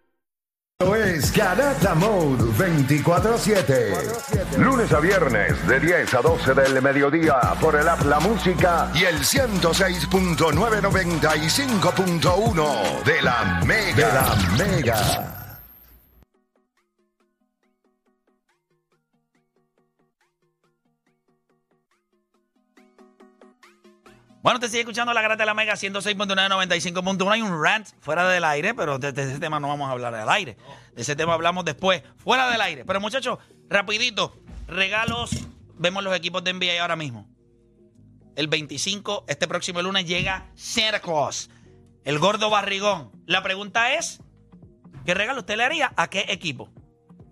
Esto es Garata Mode 24-7. Lunes a viernes de 10 a 12 del mediodía por el app La Música Y el 106.995.1 de la Mega. De la Mega. Bueno, te sigue escuchando la grata de la Mega 106.9, 95.1. Hay un rant fuera del aire, pero de, de ese tema no vamos a hablar al aire. De ese tema hablamos después, fuera del aire. Pero muchachos, rapidito, regalos. Vemos los equipos de NBA ahora mismo. El 25, este próximo lunes, llega Santa Claus, el gordo barrigón. La pregunta es, ¿qué regalo usted le haría a qué equipo?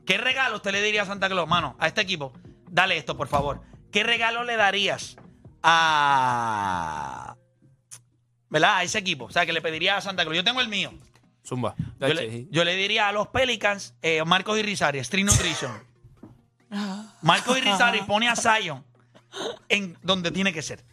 ¿Qué regalo usted le diría a Santa Claus? Mano, a este equipo, dale esto, por favor. ¿Qué regalo le darías? a. ¿Verdad? A ese equipo. O sea, que le pediría a Santa Cruz. Yo tengo el mío. Zumba. Yo le, yo le diría a los Pelicans, eh, Marcos Irizarry, Street Nutrition. Marcos Irizarry pone a Zion en donde tiene que ser.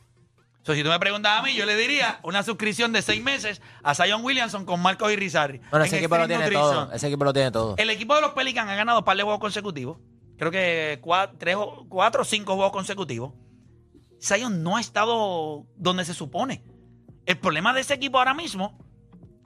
O sea, si tú me preguntas a mí, yo le diría una suscripción de seis meses a Zion Williamson con Marcos Irizarry. Bueno, en ese equipo lo Extreme tiene Nutrition. todo. Ese equipo lo tiene todo. El equipo de los Pelicans ha ganado un par de juegos consecutivos. Creo que cua- tres o- cuatro o cinco juegos consecutivos. Zion no ha estado donde se supone. El problema de ese equipo ahora mismo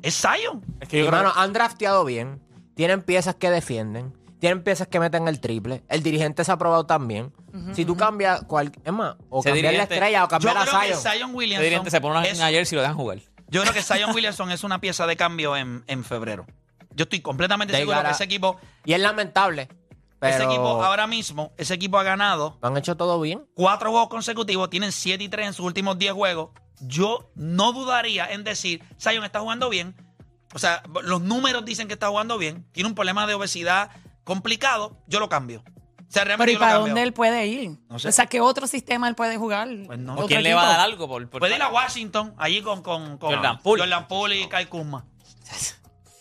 es Zion. Es que yo creo Hermano, han drafteado bien. Tienen piezas que defienden. Tienen piezas que meten el triple. El dirigente se ha probado también. si tú cambias cual, es más, o Ese cambiar la dirigente- estrella o Yo cambiar a creo que Zion. Zion Ese dirigente Williamson. se pone una, es- una jersey y lo dejan jugar. yo creo que Zion Williamson es una pieza de cambio en, en febrero. Yo estoy completamente They seguro que gotta- ese equipo, Y es lamentable. Pero ese equipo ahora mismo, ese equipo ha ganado lo han hecho todo bien. cuatro juegos consecutivos, tienen 7 y 3 en sus últimos 10 juegos. Yo no dudaría en decir, Zion está jugando bien. O sea, los números dicen que está jugando bien. Tiene un problema de obesidad complicado. Yo lo cambio. O sea, realmente Pero ¿y yo lo para cambio. dónde él puede ir? No sé. O sea, ¿qué otro sistema él puede jugar? Pues no. ¿Otro ¿O ¿Quién le equipo? va a dar algo? Por, por Puede ir a Washington, allí con, con, con Jordan Poole. Jordan Poole y Kyle Kuzma.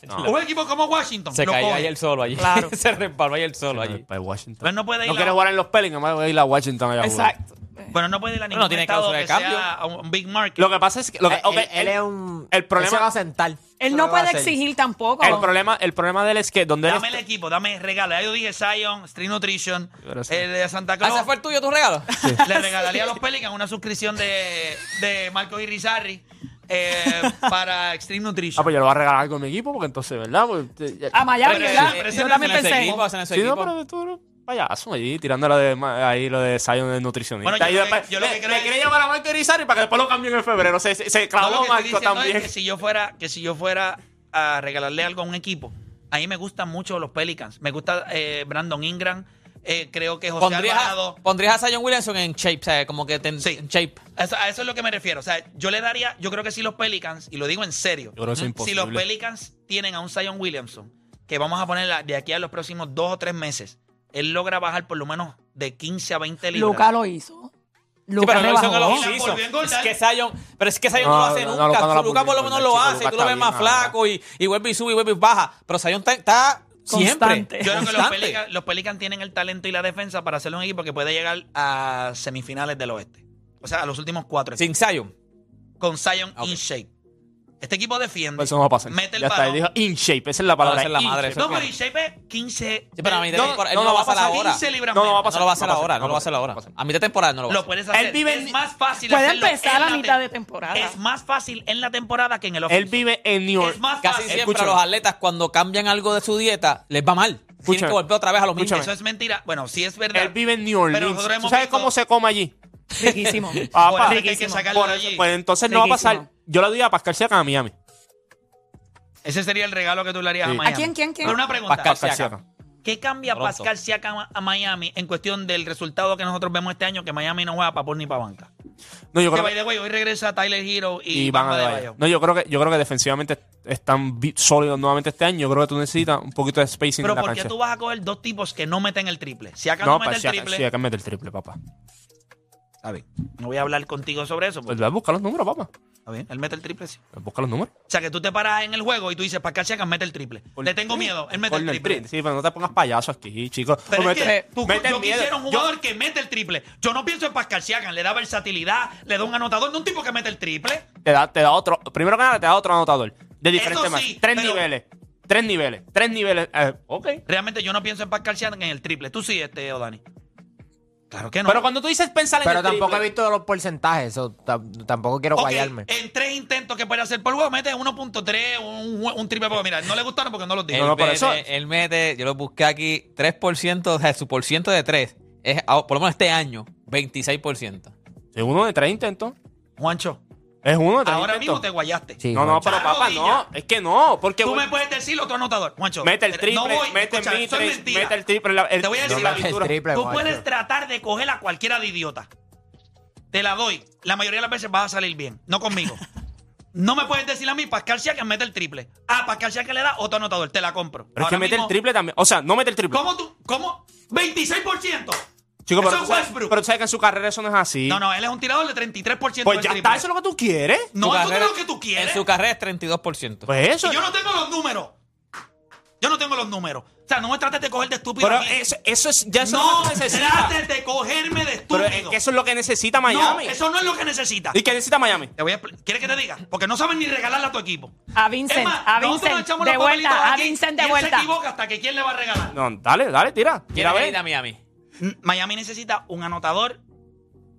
No. Un equipo como Washington Se lo cayó coge. ayer solo allí. Claro. se resbaló ayer solo que allí. para Washington. Pero Pues no puede ir No a- quiere jugar en los Pelicans, más voy a ir a Washington allá a jugar. Exacto. Bueno, no puede ir a ningún tiene estado cláusula de que cambio. sea un big market. Lo que pasa es que. Lo que- Eh, Él- ok, él, él el- es un. el problema- él se va a sentar. Él Eso no lo va a puede hacer. exigir tampoco. el problema, el problema de él es que donde él dame el está- equipo, dame regalo. Ya yo dije Zion, Street Nutrition, Pero sí. el de Santa Ah, Claus. ¿Ese fue el tuyo, tu regalo? Le regalaría a los Pelicans una suscripción de, de Marco Irizarry eh, para Extreme Ah, Nutrition. pues yo lo voy a regalar con mi equipo, porque entonces, ¿verdad? Pues, ya- A Miami, Pero, ¿verdad? pero ese Yo no también en ese pensé. equipo, pues, en ese Sí, no, equipo. pero tú eres un payaso allí, tirando lo de, ma- ahí lo de Zion de nutricionista. Bueno, yo Y lo que- después- yo lo que le- creo le es- quería llevar a Marco Irizarry para que después lo cambien en febrero. Se, se, se No, clavó lo que estoy Marco diciendo también. es que si yo fuera, que si yo fuera a regalarle algo a un equipo, a mí me gustan mucho los Pelicans. Me gusta eh, Brandon Ingram. eh, creo que José ¿Pondrías a, Alvarado. pondrías a Zion Williamson en shape, o sea, como que ten- Sí. en shape. A eso, a eso es lo que me refiero. O sea, yo le daría, yo creo que si los Pelicans, y lo digo en serio, Yo creo que es si imposible. los Pelicans tienen a un Zion Williamson, que vamos a poner de aquí a los próximos dos o tres meses, él logra bajar por lo menos de 15 a 20 libras. Luca lo hizo. Sí, Luca pero no lo hizo en rebajó. los Y la volvió a Es engordar. que Zion, pero es que Zion No, no, lo hace no, no, nunca. Luka no la Su Luka por lo volvió a menos engordar, lo chico, hace, Luka tú lo está ves más bien ahora. flaco y, y vuelve y sube y vuelve y baja. Pero Zion está, está siempre. Constante. Yo creo que los constante. Pelicans, los Pelicans tienen el talento y la defensa para hacerle un equipo que puede llegar a semifinales del oeste. O sea, a los últimos cuatro. Sin Zion. Con Zion Ah, ok. in shape. Este equipo defiende. Pues eso no va a pasar. Mete el ya está, él balón. dijo in shape, esa es la palabra. esa es la in madre, shape. eso No, pero in shape es 15. Sí, pero a mí no, no, él no no, lo lo va va a hacer ahora. 15 libras No, no va a menos. No pasar. lo va a hacer No va a ahora, pasar, no lo va a hacer no va a ahora. pasar. A mitad de temporada no lo va a Lo hacer. puedes hacer. Él vive es en- más fácil Puede hacerlo empezar en a la mitad tem- de temporada. Es más fácil en la temporada que en el off Él vive en New York. Es más Casi fácil. siempre escúchame. a los atletas cuando cambian algo de su dieta les va mal. Tienen Escúchame. que volver otra vez a los mismos. Eso es mentira. Bueno, sí es verdad. Él vive en New Pero Orleans. nosotros ¿Tú hemos sabes visto- cómo se come allí? Riquísimo. Ah, Por pa- eso es que hay que sacarlo Por de eso, allí. Pues entonces no va a pasar. Riquísimo. Yo le doy a Pascal Siakam a Miami. Ese sería el regalo que tú le harías a Sí. ¿A Miami. quién, quién, quién? Pero una pregunta. Pascal Pascal Siakam. Siakam. ¿Qué cambia Pronto. Pascal Siakam a Miami en cuestión del resultado que nosotros vemos este año que Miami no juega para por ni para banca? No, yo Que creo by que, the way, hoy regresa Tyler Hero y, y van a Bam Adebayo. Adebayo. No, yo creo que yo creo que defensivamente están bi- sólidos nuevamente este año. Yo creo que tú necesitas un poquito de spacing Pero en la ¿por qué cancha. tú vas a coger dos tipos que no meten el triple? Si acá no, no, mete para el si acá, triple, si acá mete el triple, papá. Está bien. no voy a hablar contigo sobre eso. Pues porque- ve, busca los números, papá. Está bien, él mete el triple, sí. Busca los números. O sea, que tú te paras en el juego y tú dices, Pascal Siakam mete el triple. Le tengo miedo, él mete el Corner triple. three. Sí, pero no te pongas payaso aquí, chicos. Pero O es mete- que tú- mete el yo miedo. quisiera un Yo- jugador que mete el triple. Yo no pienso en Pascal Siakam, le da versatilidad, le da un anotador, no un tipo que mete el triple. te da, te da otro. Primero que nada, te da otro anotador. De diferentes Eso maneras. sí, Tres pero- niveles. Tres niveles. Tres niveles. eh, ok. Realmente yo no pienso en Pascal Siakam en el triple. Tú sí, este, Odani. Claro que no. Pero cuando tú dices pensar en Pero el tampoco he triple- visto los porcentajes, so, tam- tampoco quiero Ok, eh, guayarme. en tres intentos que puede hacer por juego, mete 1.3, un, jue- un triple. Porque mira, no le gustaron porque no los Él, dijo. no, por mete- eso- él mete, yo lo busqué aquí, 3%, o sea, su por ciento de 3, es, ah, por lo menos este año, 26%. Es uno de tres intentos. Juancho, Es uno de tres ahora mismo intentos. te guayaste. Sí, No, no, Juancho. pero Chaco, papá, Villa. no. Es que no. Porque Tú me puedes decir otro anotador, Juancho. mete el triple, No voy, mete escucha, el eso es mid mentira. mete el triple. la- el- Te voy a no, decir la la el pintura. triple, Tú Juancho. puedes tratar de coger a cualquiera de idiota. Te la doy. La mayoría de las veces vas a salir bien, no conmigo. No me puedes decir a mí, Pascal Siakam mete el triple. Ah, Pascal Siakam le da otro anotador, te la compro. Pero es que Ahora mete el mismo, triple también. O sea, no mete el triple. ¿Cómo tú? ¿Cómo? ¡26%! Chico, Eso pero, es tú sabes- Westbrook. pero tú sabes que en su carrera eso no es así. No, no, él es un tirador de 33% Pues del ya triple. está, eso es lo que tú quieres. No, Su eso carrera- es lo que tú quieres. En su carrera es 32%. Pues eso. Y yo no tengo los números. Yo no tengo los números. O sea, no me trates de coger de estúpido. pero a mí. eso, eso es. Ya eso no no se necesita. trates de cogerme de estúpido. Pero es que eso es lo que necesita no, Miami. eso no es lo que necesita. ¿Y qué necesita Miami? Te voy a expli- ¿Quieres que te diga? Porque no saben ni regalarle a tu equipo. A Vincent, Es más, a nosotros Vincent, nos echamos de los papelitos vuelta, a aquí Vincent de y él vuelta. se equivoca hasta que quién le va a regalar. No, dale, dale, tira. ¿Quién Tira, es ver. a Miami? Mm, Miami necesita un anotador,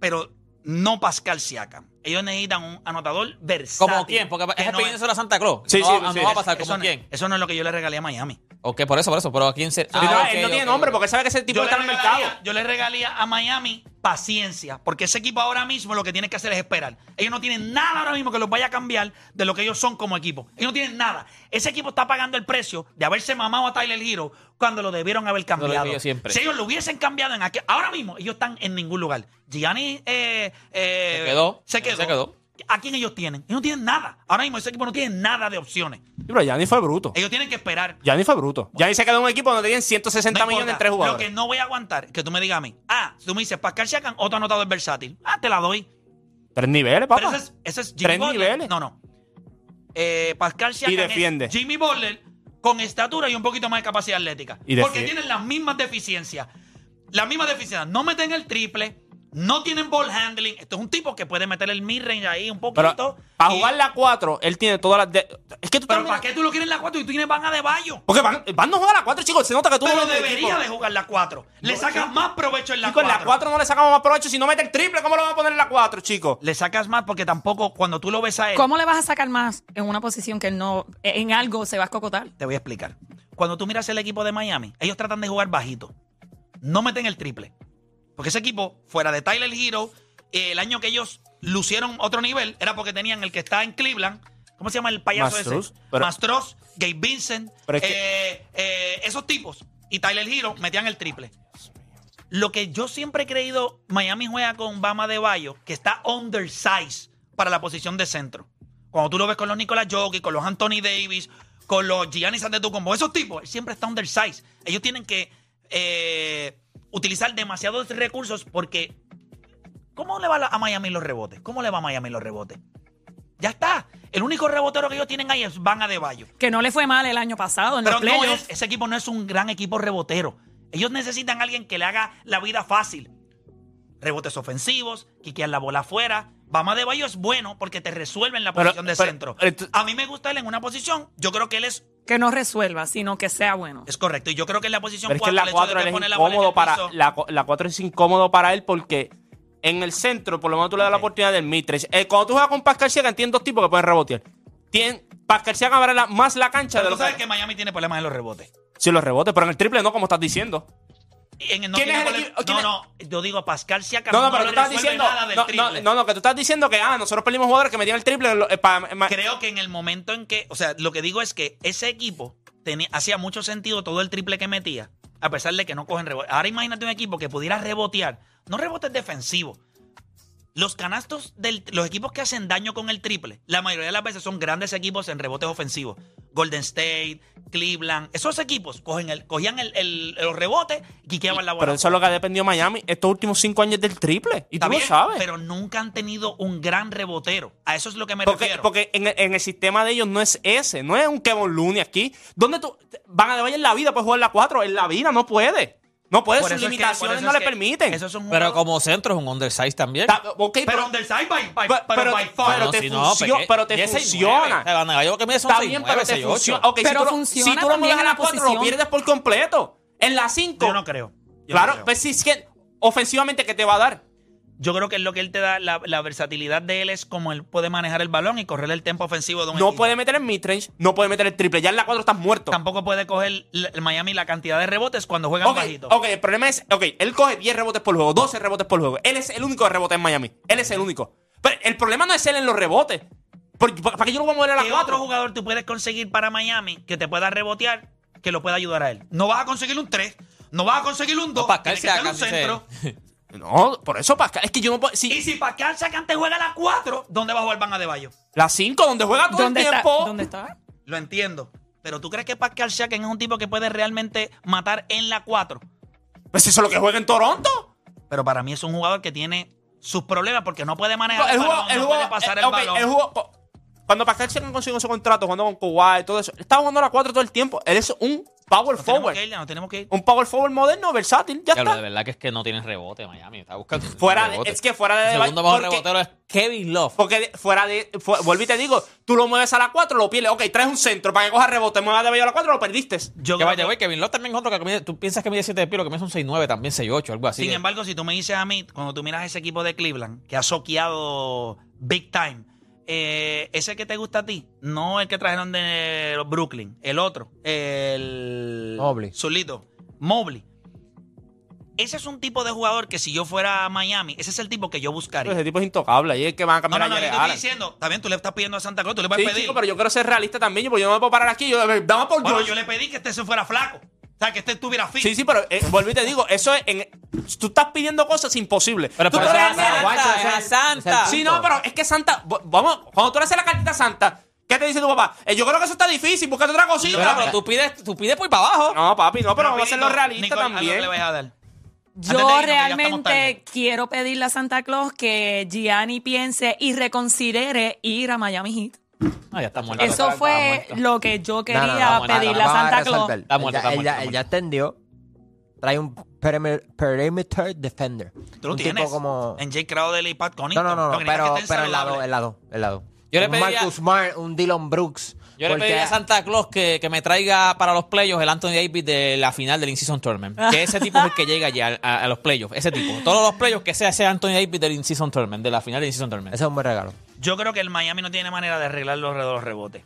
pero no Pascal Siakam. Ellos necesitan un anotador versátil. ¿Como quién? Porque que es no pidiendo solo a Santa Claus. Sí, no, sí, va- sí. no va a pasar eso, como no, quién. eso no es lo que yo le regalé a Miami. Ok, por eso, por eso. Pero a quién se. Sí, no, Ah, él ok, no tiene ok, nombre ok. porque sabe que ese tipo Yo le, está en el regalaría, mercado. yo le regalía a Miami paciencia, porque ese equipo ahora mismo lo que tiene que hacer es esperar. Ellos no tienen nada ahora mismo que los vaya a cambiar de lo que ellos son como equipo. Ellos no tienen nada. Ese equipo está pagando el precio de haberse mamado a Tyler Hero cuando lo debieron haber cambiado. debió siempre. Si ellos lo hubiesen cambiado en aquel, ahora mismo ellos están en ningún lugar. Gianni eh, eh, Se quedó. se quedó. Se quedó. ¿A quién ellos tienen? Ellos no tienen nada. Ahora mismo ese equipo no tiene nada de opciones. Sí, Pero Yanni fue bruto. Ellos tienen que esperar. Yanni fue bruto. Yanni se quedó en un equipo donde tenían 160 No importa. millones en tres Lo que jugadores. no voy a aguantar es que tú me digas a mí, ah, tú me dices Pascal Siakam, otro anotador versátil. Ah, te la doy. Tres niveles, Pero papá. eso es, eso es Jimmy Tres Butler. niveles. No, no. Eh, Pascal Siakam Y defiende. es Jimmy Butler con estatura y un poquito más de capacidad atlética. Y defi- porque tienen las mismas deficiencias. Las mismas deficiencias. No meten el triple, no tienen ball handling. Esto es un tipo que puede meter el midrange ahí un Pero poquito. para y- jugar la 4, él tiene todas las. de- Es que tú Pero también- ¿para qué tú lo quieres en la 4 y tú tienes van a de Bayo? Porque van, van no juega la 4, chicos. Se nota que tú Pero no ves el debería equipo. de jugar la 4. Le sacas más provecho en la Chicos, en 4. la 4 no le sacamos más provecho. Si no mete el triple, ¿cómo lo van a poner en la 4, chicos? le sacas más porque tampoco cuando tú lo ves a él, ¿Cómo le vas a sacar más en una posición que no, en algo se va a escocotar? te voy a explicar. Cuando tú miras el equipo de Miami, ellos tratan de jugar bajito. No meten el triple. Porque ese equipo, fuera de Tyler Hero, eh, el año que ellos lucieron otro nivel era porque tenían el que está en Cleveland. ¿Cómo se llama el payaso Mastruz, ese? pero- Mastros, Gabe Vincent, Pero es que- eh, eh, esos tipos. Y Tyler Hero metían el triple. Lo que yo siempre he creído, Miami juega con Bama de Bayo, que está undersized para la posición de centro. Cuando tú lo ves con los Nicolas Jokic, con los Anthony Davis, con los Giannis Antetokounmpo, esos tipos, él siempre está undersized. Ellos tienen que eh, utilizar demasiados recursos porque ¿cómo le va la- a Miami los rebotes? ¿Cómo le va a Miami los rebotes? Ya está. El único rebotero que ellos tienen ahí es Van Adebayo. Que no le fue mal el año pasado en Pero los no playoffs. es, ese equipo no es un gran equipo rebotero. Ellos necesitan a alguien que le haga la vida fácil. Rebotes ofensivos, quiquear la bola afuera. Bama de Bayo es bueno porque te resuelve en la Pero- posición de pero- centro. pero tú- a mí me gusta él en una posición. Yo creo que él es, Que no resuelva, sino que sea bueno. es correcto. Y yo creo que en la posición Pero es que en 4 la 4 es incómodo para. La, cu- la 4 es incómodo para él porque en el centro, por lo menos tú le das la Ok. oportunidad del Mitres. Eh, cuando tú juegas con Pascal Siakam, tienen dos tipos que pueden rebotear. Tienen, Pascal Siakam abre la- más la cancha de Pero tú los sabes que Miami tiene problemas en los rebotes. Si los rebotes, pero en el triple no, como estás diciendo. Y en- no ¿Quién tiene es el problema- equipo? ¿Quién No, es? no. Yo digo, Pascal Siakam No, no, no pero le tú estás resuelve diciendo. nada del No, no, triple. no, no, que tú estás diciendo que ah, nosotros perdimos jugadores que metían el triple. eh, pa- ma- Creo que en el momento en que, o sea, lo que digo es que ese equipo tenía- hacía mucho sentido todo el triple que metía, a pesar de que no cogen rebote. Ahora imagínate un equipo que pudiera rebotear, no rebotes defensivos, Los canastos de los equipos que hacen daño con el triple, la mayoría de las veces son grandes equipos en rebotes ofensivos. Golden State, Cleveland, esos equipos cogen el, cogían el, el- los rebotes y quiqueaban la bola. Pero eso es lo que ha dependido Miami estos últimos cinco años del triple. Y Está tú lo bien, sabes. Pero nunca han tenido un gran rebotero. A eso es lo que me Porque, refiero. porque en, el- en el sistema de ellos no es ese, no es un Kevin Looney aquí. ¿Dónde tú van a vaya en la vida? Puede jugar la 4, en la vida no puede. No puede, Por sus eso es que- por limitaciones eso no es le que permiten. esos son Pero jugadores- como centro es un undersize también. Ta- ok, Pero pero, underside by- by- Pero- pero pero- by Ah, far. pero no, te sí, no, funcio- porque- pero te y es 6'9". funciona. La bandeja, yo que mide son está bien, 6'9", pero te 6'8". funciona. Ok, Pero si tú, lo- funciona si tú lo también mueves a en la la 4, lo posición. pierdes por completo. En la 5. Yo no creo. Yo no claro, creo. pues si es que ofensivamente, ¿qué te va a dar? Yo creo que es lo que él te da, la, la versatilidad de él es como él puede manejar el balón y correr el tempo ofensivo de un No equipo. puede meter el midrange, no puede meter el triple. Ya en la 4 estás muerto. Tampoco puede coger l- el Miami la cantidad de rebotes cuando juegan Ok, bajito. ok, el problema es, ok, él coge 10 rebotes por juego, 12 rebotes por juego. Él es el único de rebote en Miami. Él es el único. Pero el problema no es él en los rebotes. Porque- ¿Para qué yo lo voy a mover a la ¿Qué otro 4? jugador tú puedes conseguir para Miami que te pueda rebotear, que lo pueda ayudar a él? No vas a conseguir un 3, no vas a conseguir un 2, Pascal tienes que darle un Siakam, dice centro. No, por eso, Pascal, es que yo no puedo... Y Si, si Pascal Siakam te juega la 4, ¿dónde va a jugar Van Adebayo? la 5, donde juega todo ¿Dónde el está? tiempo... ¿Dónde está? Lo entiendo. Pero ¿tú crees que Pascal Siakam es un tipo que puede realmente matar en la 4? Pues eso es lo que juega en Toronto. Pero para mí es un jugador que tiene sus problemas porque no puede manejar el, el juego, balón, el no juego, puede pasar eh, el ok, balón. el juego- co- Cuando Pascal Siakam consiguió su contrato, jugando con Kawhi, todo eso, él estaba jugando a la 4 todo el tiempo. Él es un power Nos tenemos forward. que ir, ya, nos tenemos que ir. Un power forward moderno, versátil, ya Ya lo de está. verdad que es que no tienen rebote Miami. Está buscando Fuera de- rebote. es que fuera de El segundo mejor porque- rebotero es Kevin Love. Porque de- fuera de. fu- vuelvo y te digo, tú lo mueves a la 4, lo pierdes. Ok, traes un centro para que coja rebote, muevas de bello a la 4, lo perdiste. Yo Que creo by the que- way, Kevin Love también es otro que mide- tú piensas que mide 7 de pie, lo que mide son 6'9", también 6'8", algo así. Sin Eh, embargo, si tú me dices a mí, cuando tú miras ese equipo de Cleveland, que ha soqueado big time, eh, ese que te gusta a ti, no el que trajeron de Brooklyn, el otro, el... Mobley. Solito, Mobley. Ese es un tipo de jugador que si yo fuera a Miami, ese es el tipo que yo buscaría. Ese tipo es intocable, ahí es que van a No, cambiar no, a no, yo Jared te estoy Allen. diciendo, también tú le estás pidiendo a Santa Claus, tú le vas Sí, a pedir. chico, pero yo quiero ser realista también, porque yo no me puedo parar aquí. Yo, dame por Bueno, George. yo le pedí que este se fuera flaco, o sea, que este estuviera fit. Sí, sí, pero eh, vuelvo y te digo, eso es. en- tú estás pidiendo cosas imposibles. Pero tú por no eso eres es nada. Santa, es a Santa. Sí, no, pero es que Santa. vo- Vamos, cuando tú le haces la cartita a Santa, ¿qué te dice tu papá? Eh, yo creo que eso está difícil, búscate otra Sí, cosita. pero, pero tú pides, tú pides por ahí para abajo. No, papi, no, pero vamos a hacerlo Rapidito, realista Nicole, ¿a dónde también. le vas a dar? Antes de irnos, Yo que ya estamos tarde. realmente quiero pedirle a Santa Claus que Gianni piense y reconsidere ir a Miami Heat. Ah, ya está muerto. Eso Está fue muerto. lo que yo No, no, no, quería vamos, nada, pedirle a vamos Santa resolver. Claus. Está muerto, Él ya- está él ya- muerto, él ya extendió. Trae un perimeter, perimeter defender. Tú lo un tienes. Tipo como... En Jay Crowder y Pat Connington. No, no, no, no, Lo que pero, necesitas es que pero el estén lado, saludables. el lado, el lado. Yo le un pedí a- Marcus Smart, un Dylan Brooks. Yo le porque- pedí a Santa Claus que, que me traiga para los playoffs el Anthony Davis de la final del In-Season Tournament. Que ese tipo es el que llega ya a, a los playoffs. Ese tipo. Todos los playoffs que sea ese Anthony Davis del In-Season Tournament, de la final del In-Season Tournament. Ese es un buen regalo. Yo creo que el Miami no tiene manera de arreglar los, de los rebotes.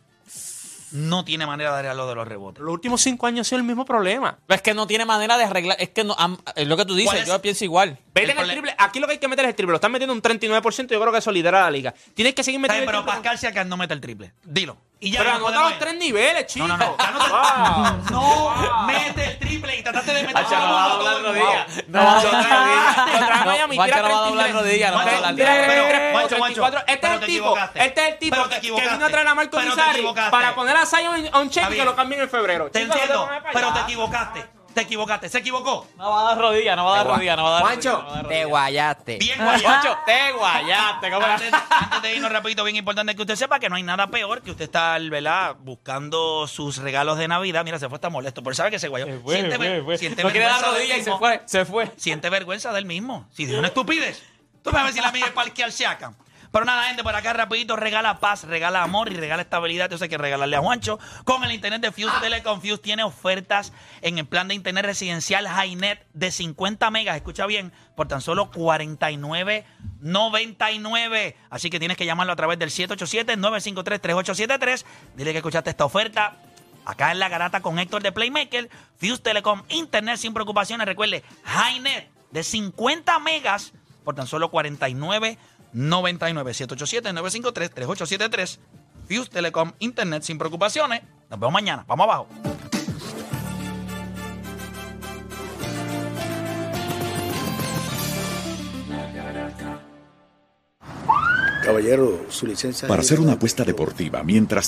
No tiene manera de arreglar los de los rebotes. Los últimos cinco años ha sido el mismo problema. Pero Es que no tiene manera de arreglar. Es que no, am- es lo que tú ¿Cuál dices, es? yo pienso igual. Vete El en el problema- triple. Aquí lo que hay que meter es el triple. Lo están metiendo un 39%. Yo creo que eso lidera la liga. Tienes que seguir Está bien, metiendo pero el triple. Pascal Siakam no mete el triple. Dilo. Y ya Pero no anota podemos los ir. tres niveles, chico. No, no, no. Ya no, te- Wow. no mete el triple y trataste de meter Ah, ya no va a doblar rodilla. No va a doblar rodilla. No, Juancho no va a doblar rodilla, no va a Juancho, pero- doblar rodilla. pero- Juancho, 34. Juancho, Este pero es el te tipo, equivocaste. este es el tipo Pero te que que equivocaste. vino a traer a Marco Pero te Bizarri equivocaste. para poner a Zion on Está check bien. que lo cambien en febrero. Te Chico, no entiendo, pongas para pero te allá. equivocaste. Te equivocaste. Se equivocó. No va a dar rodilla, no va a dar rodilla, no va a dar rodilla, no va a Juancho, dar te rodilla. guayaste. Bien guayado. Juancho, te guayaste. ¿cómo era? Antes, antes de irnos rapidito, bien importante que usted sepa que no hay nada peor que usted estar, ¿verdad? Buscando sus regalos de Navidad. Mira, se fue hasta molesto, pero sabe que se guayó. Fue, Siente ver- fue, fue. siente No quiere dar vergüenza del rodilla y se mismo. fue, se fue. Siente vergüenza del mismo. Si Dios no estupidez. Tú me vas a decir la mía es parquear Siakam. Pero nada, gente, por acá rapidito, regala paz, regala amor y regala estabilidad. Yo sé que regalarle a Juancho con el internet de Fuse Telecom. Fuse tiene ofertas en el plan de internet residencial HiNet de 50 megas, escucha bien, por tan solo 49.99. Así que tienes que llamarlo a través del 787-953-3873. Dile que escuchaste esta oferta. Acá en la garata con Héctor de Playmaker, Fuse Telecom, Internet sin preocupaciones. Recuerde, HiNet de 50 megas por tan solo 49.99. 787-953-3873. Fuse Telecom, Internet sin preocupaciones. Nos vemos mañana. Vamos abajo. Caballero, su licencia. Para hacer una apuesta deportiva mientras